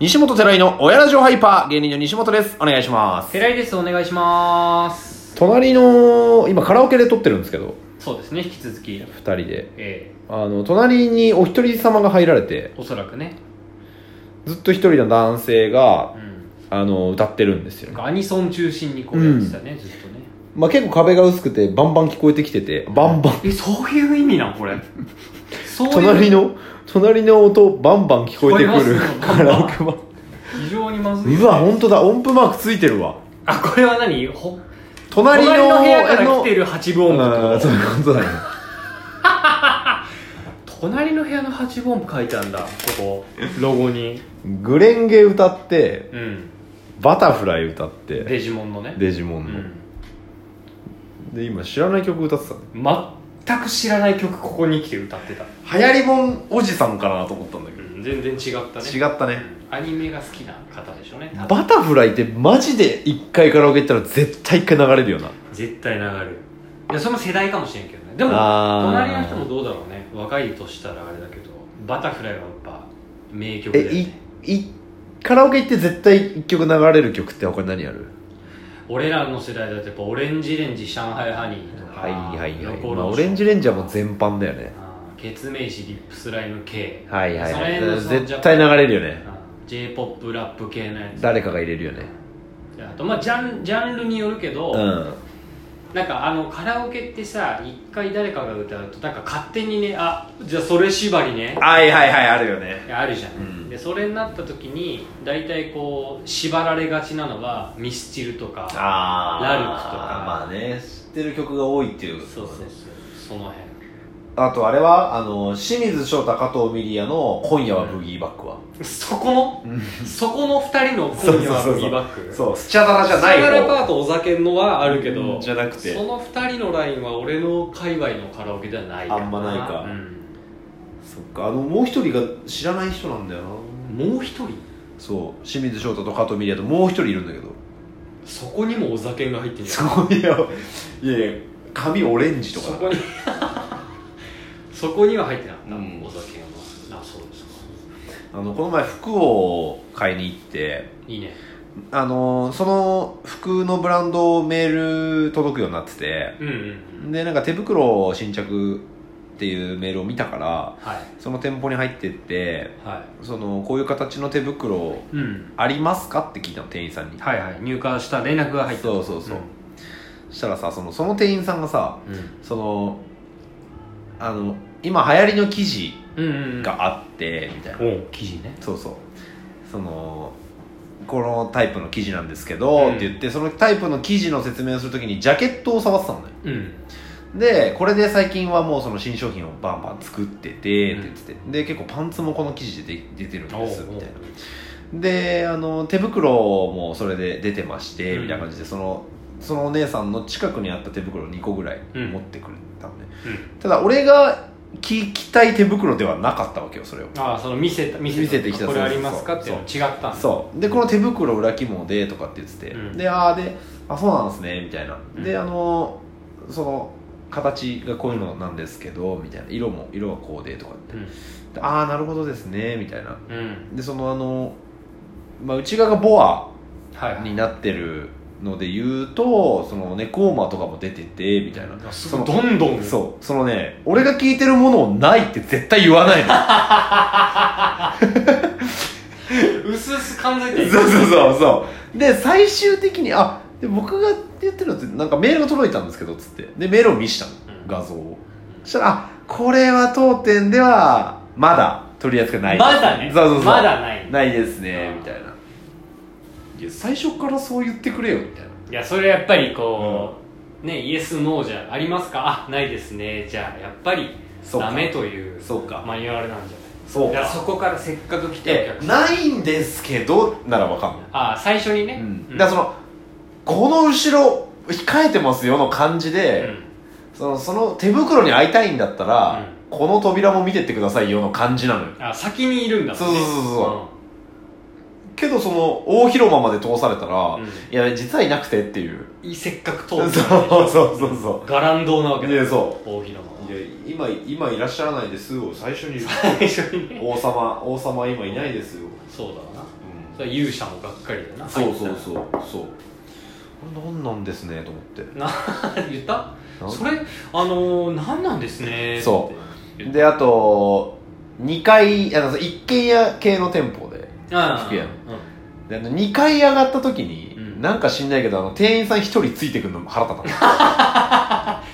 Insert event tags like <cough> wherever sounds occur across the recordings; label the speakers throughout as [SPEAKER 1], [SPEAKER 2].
[SPEAKER 1] 西本寺井の親ラジオハイパー、芸人の西本です。お願いします。
[SPEAKER 2] 寺井ですお願いします
[SPEAKER 1] 隣の、今カラオケで撮ってるんですけど、
[SPEAKER 2] そうですね引き続き
[SPEAKER 1] 二人で。
[SPEAKER 2] え
[SPEAKER 1] あの、隣にお一人様が入られて、
[SPEAKER 2] ーおそらくね
[SPEAKER 1] ずっと一人の男性
[SPEAKER 2] う
[SPEAKER 1] が、
[SPEAKER 2] ん
[SPEAKER 1] あの、歌ってるんですよ
[SPEAKER 2] なん
[SPEAKER 1] ね。
[SPEAKER 2] かアニソン中心にこうやってたね、ずっとね
[SPEAKER 1] まあ結構壁が薄くて、バンバン聞こえてきてて、バンバン。
[SPEAKER 2] えそういう意味なんこれそういう
[SPEAKER 1] 隣の、隣の音、バンバン聞こえてくる
[SPEAKER 2] 聞こえますよ
[SPEAKER 1] カラオケ版。
[SPEAKER 2] 非常にまずいう
[SPEAKER 1] わ、本当だ、音符マークついてるわ。
[SPEAKER 2] あこれは何ほ
[SPEAKER 1] 隣
[SPEAKER 2] 隣
[SPEAKER 1] の、
[SPEAKER 2] の部屋から来てる八分音
[SPEAKER 1] あ
[SPEAKER 2] 符
[SPEAKER 1] ー
[SPEAKER 2] って
[SPEAKER 1] そう
[SPEAKER 2] こ
[SPEAKER 1] いうことだね。
[SPEAKER 2] と隣の部屋の八分音符書いてあるんだここロゴに
[SPEAKER 1] グレンゲ歌って、
[SPEAKER 2] うん
[SPEAKER 1] バタフライ歌って、
[SPEAKER 2] デジモンのね
[SPEAKER 1] デジモ
[SPEAKER 2] う
[SPEAKER 1] ンの。
[SPEAKER 2] ん
[SPEAKER 1] で、今知らない曲歌ってたね。
[SPEAKER 2] 全く知らない曲ここに来て歌ってた、
[SPEAKER 1] 流行りもんおじさんかなと思ったんだけ
[SPEAKER 2] うん、全然違った
[SPEAKER 1] <laughs>
[SPEAKER 2] ね
[SPEAKER 1] 違ったね。
[SPEAKER 2] アニメが好きな方でしょうね多分
[SPEAKER 1] バタフライってマジで一回カラオケ行ったら絶対一回流れるよな。
[SPEAKER 2] 絶対流れるいやその世代かもしれんけどねでも
[SPEAKER 1] あー
[SPEAKER 2] 隣の人もどうだろうね若い年したらあれだけどバタフライはやっぱ名曲だよ
[SPEAKER 1] え、
[SPEAKER 2] ね
[SPEAKER 1] い、い、カラオケ行って絶対一曲流れる曲って他に何ある
[SPEAKER 2] 俺らの世代だとやっぱオレンジレンジ上海ハニーとか
[SPEAKER 1] はいはいはい。
[SPEAKER 2] 横路
[SPEAKER 1] まあ、オレンジレンジャーも全般だよね。
[SPEAKER 2] あーケツメイシリップスライム系
[SPEAKER 1] はいはい
[SPEAKER 2] そ
[SPEAKER 1] は
[SPEAKER 2] の
[SPEAKER 1] い。
[SPEAKER 2] 辺のその
[SPEAKER 1] 絶対流れるよね。
[SPEAKER 2] j p o p ラップ系のやつ
[SPEAKER 1] 誰かが入れるよね。
[SPEAKER 2] であとまあジャンジャンルによるけど、
[SPEAKER 1] うん。
[SPEAKER 2] なんかあのカラオケってさ一回誰かが歌うとなんか勝手にねあじゃあそれ縛りね
[SPEAKER 1] はいはいはい、あるよね。
[SPEAKER 2] あるじゃん、
[SPEAKER 1] うん
[SPEAKER 2] でそれになった時に大体こう縛られがちなのはミスチルとか
[SPEAKER 1] あー
[SPEAKER 2] ラルクとか
[SPEAKER 1] まあね知ってる曲が多いっていう
[SPEAKER 2] そうそうそうその辺
[SPEAKER 1] あとあれはあの清水翔太加藤ミリアの「今夜はブギーバックは」
[SPEAKER 2] <laughs> そこのそこの2人の
[SPEAKER 1] そう
[SPEAKER 2] 今夜はブギーバック
[SPEAKER 1] そうスチャダラじゃない
[SPEAKER 2] サガラ
[SPEAKER 1] 方
[SPEAKER 2] パーとお酒のはあるけど
[SPEAKER 1] じゃなくて
[SPEAKER 2] その2人のラインは俺の界隈のカラオケではない
[SPEAKER 1] あんまないか
[SPEAKER 2] うん
[SPEAKER 1] そっかあのもう一人が知らない人なんだよな
[SPEAKER 2] もう1人
[SPEAKER 1] そう清水翔太と加藤ミリアともう一人いるんだけど
[SPEAKER 2] そこにもお酒が入ってんじゃん
[SPEAKER 1] ごいよいやいや髪オレンジと
[SPEAKER 2] そ
[SPEAKER 1] か
[SPEAKER 2] こにそこには入ってなかった、
[SPEAKER 1] うん
[SPEAKER 2] お酒はあそうですか
[SPEAKER 1] あのこの前服を買いに行って
[SPEAKER 2] いいね
[SPEAKER 1] あのその服のブランドメール届くようになってて
[SPEAKER 2] うんうんうん
[SPEAKER 1] でなんか手袋新着っていうメールを見たから
[SPEAKER 2] はい
[SPEAKER 1] その店舗に入ってって
[SPEAKER 2] は
[SPEAKER 1] そのこういう形の手袋
[SPEAKER 2] い、うん、
[SPEAKER 1] ありますかって聞いたの店員さんに、
[SPEAKER 2] はいはい入荷した連絡が入った
[SPEAKER 1] そうそうそう、したらさそのその店員さんがさ
[SPEAKER 2] うん
[SPEAKER 1] そのあの今流行りの生地
[SPEAKER 2] うんうんうん
[SPEAKER 1] があってみたいな、
[SPEAKER 2] お記事ね
[SPEAKER 1] そうそうそのこのタイプの生地なんですけど、
[SPEAKER 2] うん
[SPEAKER 1] って言ってそのタイプの生地の説明をするときにジャケットを触ってたのよ
[SPEAKER 2] うん
[SPEAKER 1] でこれで最近はもうその新商品をバンバン作っててって言ってて、で結構パンツもこの生地で出出てるん
[SPEAKER 2] おうおう
[SPEAKER 1] ですみたいなであの手袋もそれで出てまして、
[SPEAKER 2] うん
[SPEAKER 1] みたいな感じでそのそのお姉さんの近くにあった手袋2個ぐらい
[SPEAKER 2] うん
[SPEAKER 1] 持ってくれたのね、ただ俺が聞きたい手袋ではなかったわけよそれを
[SPEAKER 2] ああその見せた見
[SPEAKER 1] 見せてきたそうそ
[SPEAKER 2] これ
[SPEAKER 1] うそう
[SPEAKER 2] ありますかっていうのは違ったんだ
[SPEAKER 1] そうでこの手袋裏肝でとかって言ってて、
[SPEAKER 2] うん
[SPEAKER 1] でああであそうなんですねみたいな、
[SPEAKER 2] うん
[SPEAKER 1] であのその形がこういうのなんですけど、みたいな色も色はこうでとかって、
[SPEAKER 2] うん
[SPEAKER 1] でああなるほどですねみたいな
[SPEAKER 2] うん
[SPEAKER 1] でそのあの、まあ、内側がボア
[SPEAKER 2] はいはい
[SPEAKER 1] になってるので言うとそのネコーマとかも出ててみたいな
[SPEAKER 2] あす
[SPEAKER 1] そ
[SPEAKER 2] ごい
[SPEAKER 1] の
[SPEAKER 2] どんどん
[SPEAKER 1] そうそのね俺が聞いてるものをないって絶対言わないの
[SPEAKER 2] <laughs> うすうす感づいて
[SPEAKER 1] そう
[SPEAKER 2] いく
[SPEAKER 1] そうそうそうで最終的にあで僕が言ってるのってなんかメールが届いたんですけどっつってでメールを見したの
[SPEAKER 2] うん
[SPEAKER 1] 画像をそしたらあこれは当店ではまだ取り扱いないです
[SPEAKER 2] まだね
[SPEAKER 1] そうそうそう
[SPEAKER 2] まだない
[SPEAKER 1] ないですね
[SPEAKER 2] うん
[SPEAKER 1] みたいないや最初からそう言ってくれよみたいない
[SPEAKER 2] やそれやっぱりこう、ねイエスノーじゃありますかあないですねじゃあやっぱり
[SPEAKER 1] そうか
[SPEAKER 2] ダメという
[SPEAKER 1] そうか
[SPEAKER 2] マニュアルなんじゃない
[SPEAKER 1] そう
[SPEAKER 2] いやそこからせっかく来てお
[SPEAKER 1] え
[SPEAKER 2] 客さん
[SPEAKER 1] ないんですけどならわかんない
[SPEAKER 2] ああ最初にね、
[SPEAKER 1] うんだからそのこの後ろ控えてますよの感じで、
[SPEAKER 2] うん
[SPEAKER 1] そのその手袋に会いたいんだったら、この扉も見てってくださいよの感じなのよ
[SPEAKER 2] あ先にいるんだも
[SPEAKER 1] そうんそう
[SPEAKER 2] ね
[SPEAKER 1] そうそうけどその大広間まで通されたら、
[SPEAKER 2] うん
[SPEAKER 1] いや実はいなくてっていう
[SPEAKER 2] いせっかく通
[SPEAKER 1] そう
[SPEAKER 2] っ
[SPEAKER 1] そう
[SPEAKER 2] た
[SPEAKER 1] そうそ
[SPEAKER 2] ガランドなわ
[SPEAKER 1] う
[SPEAKER 2] け
[SPEAKER 1] い
[SPEAKER 2] だ
[SPEAKER 1] やそ
[SPEAKER 2] 大広
[SPEAKER 1] う
[SPEAKER 2] 間
[SPEAKER 1] いや今今いらっしゃらないですを最初に言う
[SPEAKER 2] <laughs> 最初にね
[SPEAKER 1] 王様王様今いないですよ、
[SPEAKER 2] そうだな
[SPEAKER 1] う、
[SPEAKER 2] それは勇者もがっかりだなん
[SPEAKER 1] そうそう
[SPEAKER 2] う
[SPEAKER 1] そうそうこれ何なんですねと思って
[SPEAKER 2] な <laughs> 言った
[SPEAKER 1] なん
[SPEAKER 2] それあのー、何なんですね
[SPEAKER 1] そう
[SPEAKER 2] 言って
[SPEAKER 1] であと2階あの一軒家系の店舗で
[SPEAKER 2] ああ
[SPEAKER 1] 服やん
[SPEAKER 2] う
[SPEAKER 1] であの2階上がった時に、
[SPEAKER 2] うん
[SPEAKER 1] なんか知んないけどあの店員さん1人ついてくるの腹立 <laughs> った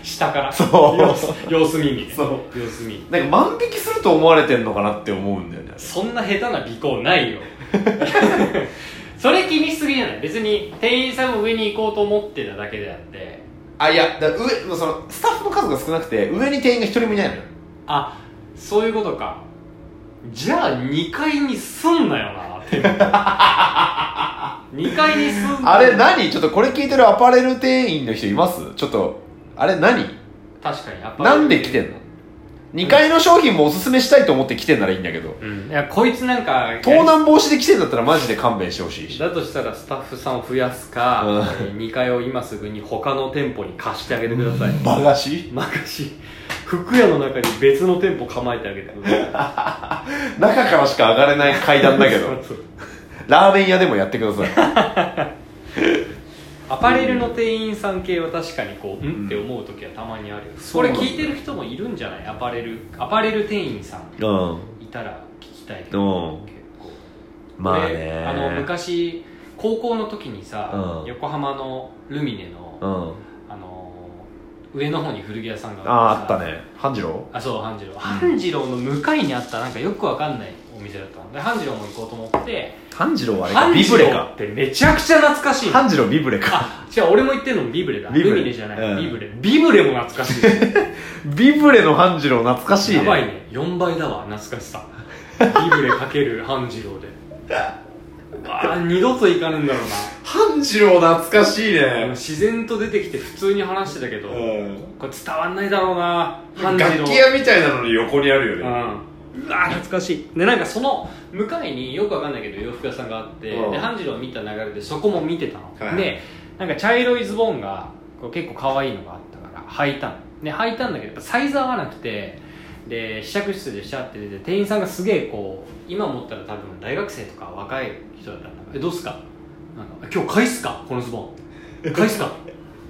[SPEAKER 2] ん下から
[SPEAKER 1] そう
[SPEAKER 2] 様子様子見にね
[SPEAKER 1] そ
[SPEAKER 2] 様子見に
[SPEAKER 1] なんか万引きすると思われてんのかなって思うんだよね
[SPEAKER 2] そんな下手な尾行ないよ <laughs> それ気にしすぎじゃない別に店員さんも上に行こうと思ってただけであって
[SPEAKER 1] あいやだから上もうそのスタッフの数が少なくて上に店員が1人もいないのよ
[SPEAKER 2] あそういうことかじゃあ2階に住んなよなって2階に住ん
[SPEAKER 1] あれ何ちょっとこれ聞いてるアパレル店員の人いますちょっとあれ何
[SPEAKER 2] 確かにやっぱ
[SPEAKER 1] なんで来てんの2階の商品もおすすめしたいと思って来てんならいいんだけど
[SPEAKER 2] うんいやこいつなんか
[SPEAKER 1] 盗難防止で来てんだったらマジで勘弁してほしいし
[SPEAKER 2] だとしたらスタッフさんを増やすか、
[SPEAKER 1] うん
[SPEAKER 2] 2階を今すぐに他の店舗に貸してあげてください
[SPEAKER 1] バカし
[SPEAKER 2] 昔服屋の中に別の店舗構えてあげてください
[SPEAKER 1] 中からしか上がれない階段だけ
[SPEAKER 2] <laughs> そ
[SPEAKER 1] ど
[SPEAKER 2] うそう
[SPEAKER 1] ラーメン屋でもやってください
[SPEAKER 2] アパレルの店員さん系は確かにこう、うん、って思う時はたまにあるよこ
[SPEAKER 1] そう
[SPEAKER 2] れ
[SPEAKER 1] なんだ
[SPEAKER 2] 聞いてる人もいるんじゃないアパレルアパレル店員さん
[SPEAKER 1] うん
[SPEAKER 2] いたら聞きたいけ
[SPEAKER 1] う
[SPEAKER 2] ど
[SPEAKER 1] ん
[SPEAKER 2] 結構
[SPEAKER 1] まあ
[SPEAKER 2] で
[SPEAKER 1] ね
[SPEAKER 2] あの昔高校の時にさ、
[SPEAKER 1] うん
[SPEAKER 2] 横浜のルミネの、
[SPEAKER 1] うん
[SPEAKER 2] あの上の方に古着屋さんが
[SPEAKER 1] あああ
[SPEAKER 2] っ
[SPEAKER 1] って
[SPEAKER 2] さ
[SPEAKER 1] たね半次郎
[SPEAKER 2] あそう半次郎半次郎の向かいにあったなんかよくわかんないお店だったので半次郎も行こうと思って
[SPEAKER 1] 半次郎はあれか
[SPEAKER 2] 半
[SPEAKER 1] ビ
[SPEAKER 2] 次
[SPEAKER 1] ブレ
[SPEAKER 2] 郎
[SPEAKER 1] か
[SPEAKER 2] ってめちゃくちゃ懐かしいの
[SPEAKER 1] 半次郎ビブレか
[SPEAKER 2] あ違う俺も言ってるのビブレだ
[SPEAKER 1] ビブレ
[SPEAKER 2] ルミネじゃない、
[SPEAKER 1] うん
[SPEAKER 2] ビブレビブレも懐かしい
[SPEAKER 1] ビブレの半次郎懐かしいね
[SPEAKER 2] やばいね4倍だわ懐かしさビブレかける半次郎
[SPEAKER 1] <laughs>
[SPEAKER 2] でうわあ二度と行かねえんだろう
[SPEAKER 1] 半次郎懐かしい
[SPEAKER 2] なあの
[SPEAKER 1] ね
[SPEAKER 2] 自然と出てきて普通に話してたけど、
[SPEAKER 1] うん
[SPEAKER 2] これ伝わんないだろうな半次郎
[SPEAKER 1] 楽器屋みたいなのに横にあるよね
[SPEAKER 2] うん、うわ懐かしいでなんかその向かいによくわかんないけど洋服屋さんがあって、
[SPEAKER 1] うん
[SPEAKER 2] で半次郎見た流れでそこも見てたの、
[SPEAKER 1] はい
[SPEAKER 2] でなんか茶色いズボンがこう結構可愛いのがあったから履いたので履いたんだけどやっぱサイズ合わなくてで試着室でシャーって出て店員さんがすげえこう今思ったら多分大学生とか若い人だったんだけど「えどうっすか?」なんか「今日買いっすかこのズボン買いっすか?」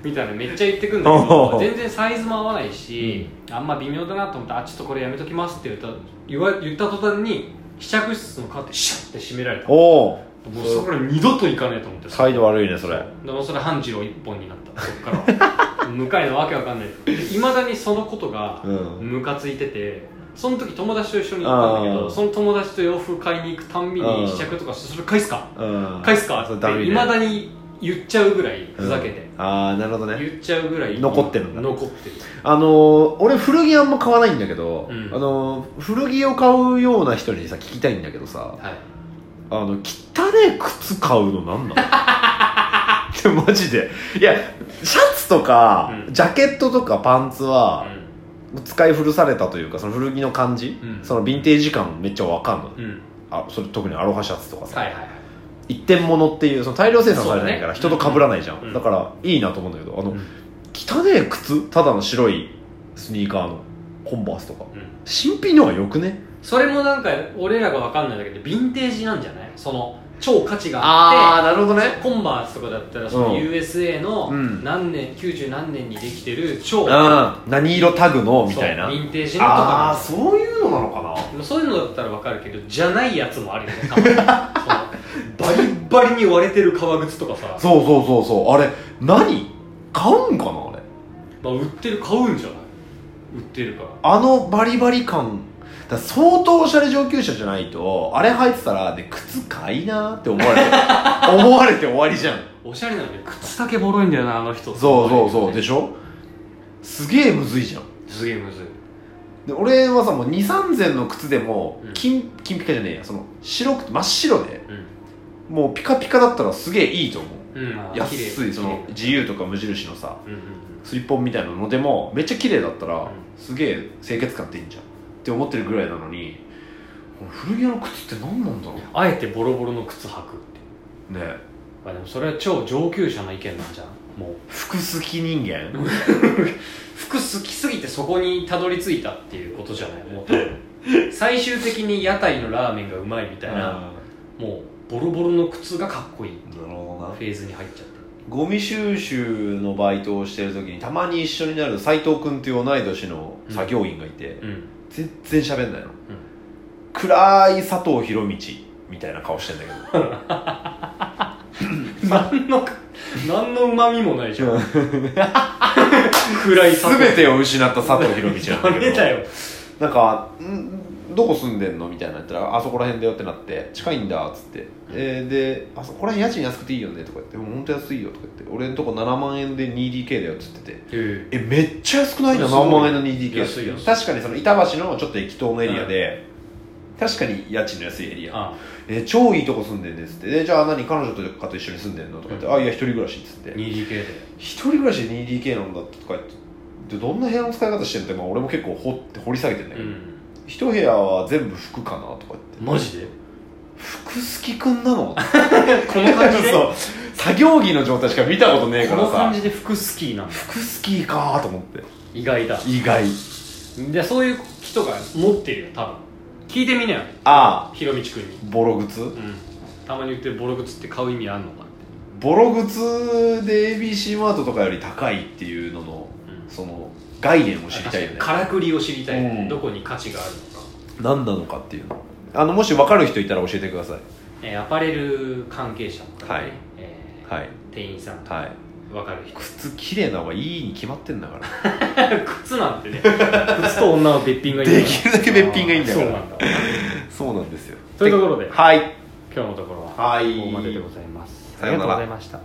[SPEAKER 2] みたいなめっちゃ言ってくんだけ
[SPEAKER 1] お <laughs>
[SPEAKER 2] ど
[SPEAKER 1] う
[SPEAKER 2] 全然サイズも合わないし、あんま微妙だなと思って「あちょっとこれやめときます」って言った言わ言った途端に試着室のカーテンシャッて閉められたも
[SPEAKER 1] おお
[SPEAKER 2] うそこら二度と行かねえと思って
[SPEAKER 1] 態度悪いねそれ
[SPEAKER 2] でもそれ半次郎一本になったそっ <laughs> から向かいのわけわかんないいまだにそのことが
[SPEAKER 1] うん
[SPEAKER 2] ムカついててその時友達と一緒に行ったんだけ
[SPEAKER 1] あ
[SPEAKER 2] ど
[SPEAKER 1] ー
[SPEAKER 2] その友達と洋服買いに行くたんび
[SPEAKER 1] う
[SPEAKER 2] に
[SPEAKER 1] ん
[SPEAKER 2] 試着とかして「それ返すか
[SPEAKER 1] うん
[SPEAKER 2] 返すか?」
[SPEAKER 1] それ
[SPEAKER 2] っ
[SPEAKER 1] ダメ
[SPEAKER 2] て
[SPEAKER 1] ね
[SPEAKER 2] いまだに言っちゃうぐらいふざけて、
[SPEAKER 1] ああなるほどね
[SPEAKER 2] 言っちゃうぐらい
[SPEAKER 1] 残ってるんだ
[SPEAKER 2] 残ってる
[SPEAKER 1] あのー俺古着あんま買わないんだけど、
[SPEAKER 2] うん
[SPEAKER 1] あのー古着を買うような人にさ聞きたいんだけどさ
[SPEAKER 2] はい
[SPEAKER 1] あの汚ねえ靴買うのな
[SPEAKER 2] <laughs>
[SPEAKER 1] んなのってマジでいやシャツとか、
[SPEAKER 2] うん
[SPEAKER 1] ジャケットとかパンツは、
[SPEAKER 2] う
[SPEAKER 1] 使い古されたというかその古着の感じ、
[SPEAKER 2] うん
[SPEAKER 1] そのヴィンテージ感めっちゃわかんの、
[SPEAKER 2] んうん
[SPEAKER 1] あそれ特にアロハシャツとかさ、
[SPEAKER 2] はいはいはい
[SPEAKER 1] 一点物っていうその大量生産されないから
[SPEAKER 2] そ
[SPEAKER 1] 人
[SPEAKER 2] うだね
[SPEAKER 1] と被らないじゃん、
[SPEAKER 2] うん
[SPEAKER 1] だからいいなと思うんだけどあの、
[SPEAKER 2] うん
[SPEAKER 1] 汚ねえ靴ただの白いスニーカーのコンバースとか
[SPEAKER 2] うん
[SPEAKER 1] 新品の方がよくね
[SPEAKER 2] それもなんか俺らがわかんないんだけどヴィンテージなんじゃないその超価値があっ
[SPEAKER 1] あ
[SPEAKER 2] て
[SPEAKER 1] なるほど
[SPEAKER 2] コンバースとかだったらその
[SPEAKER 1] うん
[SPEAKER 2] USA の
[SPEAKER 1] うん
[SPEAKER 2] 何年、90何年にできてる超
[SPEAKER 1] あー何色タグのみたいな
[SPEAKER 2] そうヴィンテージのと
[SPEAKER 1] ああ
[SPEAKER 2] か
[SPEAKER 1] そういうのなのかな
[SPEAKER 2] でもそういうのだったら分かるけどじゃないやつもあ
[SPEAKER 1] <laughs>
[SPEAKER 2] るよねたまにそうバリッバリに割れてる革靴とかさ、
[SPEAKER 1] そうそうそうそうあれ何買うんかなあれ
[SPEAKER 2] まあ、売ってる買うんじゃない売ってるから
[SPEAKER 1] あのバリバリ感だから相当おしゃれ上級者じゃないとあれ履いてたらで靴買いなーって思われて
[SPEAKER 2] <laughs>
[SPEAKER 1] 思われて終わりじゃん
[SPEAKER 2] おしゃれなのに靴だけボロいんだよなあの人
[SPEAKER 1] そうそうそうでしょすげえむずいじゃん
[SPEAKER 2] すげえむずい
[SPEAKER 1] で俺はさもう2 3 0の靴でも
[SPEAKER 2] うん
[SPEAKER 1] 金金ピカじゃねえやその白くて真っ白で
[SPEAKER 2] う、
[SPEAKER 1] もうピカピカだったらすげえいいと思うん
[SPEAKER 2] うん、
[SPEAKER 1] 安
[SPEAKER 2] 綺麗
[SPEAKER 1] いその
[SPEAKER 2] 綺麗
[SPEAKER 1] 自由とか無印のさ
[SPEAKER 2] うんうん
[SPEAKER 1] スリッポンみたいなのでもめっちゃ綺麗だったら、
[SPEAKER 2] うん
[SPEAKER 1] すげえ清潔感っていいんじゃんって思ってるぐらいなのにこの古着屋の靴って何なんだろう
[SPEAKER 2] あえてボロボロの靴履くって
[SPEAKER 1] ね
[SPEAKER 2] まあでもそれは超上級者の意見なんじゃんもう
[SPEAKER 1] 服好き人間
[SPEAKER 2] 服好きすぎてそこにたどり着いたっていうことじゃないもう多分最終的に屋台のラーメンがうまいみたいな、もうボロボロの靴がかっこいい
[SPEAKER 1] なるほど
[SPEAKER 2] フ
[SPEAKER 1] な
[SPEAKER 2] ェーズに入っちゃって
[SPEAKER 1] ゴミ収集のバイトをしてる時にたまに一緒になる斎藤君っていう同い年の作業員がいて、
[SPEAKER 2] うん
[SPEAKER 1] 全然喋んないの、暗い佐藤博道みたいな顔してんだけど
[SPEAKER 2] 何の何のうまみもないじゃん暗い砂糖
[SPEAKER 1] <laughs> 全てを失った佐藤博道
[SPEAKER 2] <laughs>
[SPEAKER 1] なんだ
[SPEAKER 2] ダメ
[SPEAKER 1] けど
[SPEAKER 2] だよ
[SPEAKER 1] なんかん「どこ住んでんの?」みたいなの言ったら「あそこら辺だよ」ってなって「近いんだ」っつって、えーで「あそこら辺家賃安くていいよね」とか言って「もうほんと安いよ」とか言って「俺のとこ7万円で 2DK だよ」っつっててえめっちゃ安くないな
[SPEAKER 2] すごい
[SPEAKER 1] 7万円の 2DK
[SPEAKER 2] 安い安い
[SPEAKER 1] 確かにその板橋のちょっと駅頭のエリアで、確かに家賃の安いエリア
[SPEAKER 2] あ
[SPEAKER 1] え超いいとこ住んでんですってでじゃあ何彼女とかと一緒に住んでんのとか言って、
[SPEAKER 2] うん
[SPEAKER 1] あいや一人暮らしっつって
[SPEAKER 2] 二次系で
[SPEAKER 1] 一人暮らしで 2DK なんだとか言ってでどんな部屋の使い方してんのって、まあ、俺も結構掘って掘り下げてんだ
[SPEAKER 2] う
[SPEAKER 1] けど、
[SPEAKER 2] ん
[SPEAKER 1] 一部屋は全部服かなとか言って
[SPEAKER 2] マジで <laughs>
[SPEAKER 1] 服好きくんなの
[SPEAKER 2] この感じ
[SPEAKER 1] <laughs>
[SPEAKER 2] で
[SPEAKER 1] そう作業着の状態しか見たことねえ
[SPEAKER 2] こ
[SPEAKER 1] から
[SPEAKER 2] の感
[SPEAKER 1] さ
[SPEAKER 2] じで服好きなんだ
[SPEAKER 1] 服好きかーと思って
[SPEAKER 2] 意外だ
[SPEAKER 1] 意外
[SPEAKER 2] でそういう人が持ってるよ多分聞いてみなよ
[SPEAKER 1] ああ
[SPEAKER 2] ひろみちくんに
[SPEAKER 1] ボロ靴
[SPEAKER 2] うんたまに言ってるボロ靴って買う意味あんのかっ
[SPEAKER 1] ボロ靴で ABC マートとかより高いっていうのの
[SPEAKER 2] て、うん
[SPEAKER 1] その概念を知りたいよね
[SPEAKER 2] からくりを知りたい、
[SPEAKER 1] うん
[SPEAKER 2] どこに価値があるのか、
[SPEAKER 1] 何なのかっていうのあのもし分かる人いたら教えてください
[SPEAKER 2] えーアパレル関係者の方
[SPEAKER 1] は
[SPEAKER 2] ね、
[SPEAKER 1] い
[SPEAKER 2] えー
[SPEAKER 1] はい
[SPEAKER 2] 店員さんと
[SPEAKER 1] はい
[SPEAKER 2] 分かる人 <laughs>
[SPEAKER 1] 靴綺麗なのがいいに決まってんだから
[SPEAKER 2] 靴なんてね <laughs> 靴と女はべっぴんがいいんだか
[SPEAKER 1] できるだ
[SPEAKER 2] ら
[SPEAKER 1] けべっぴんがいいんだから
[SPEAKER 2] あーそうなんだ
[SPEAKER 1] <laughs> そう <laughs> なんですよ
[SPEAKER 2] というところで
[SPEAKER 1] はい
[SPEAKER 2] 今日のところは
[SPEAKER 1] はい
[SPEAKER 2] ここまででございます
[SPEAKER 1] さようなら
[SPEAKER 2] ありがとうございました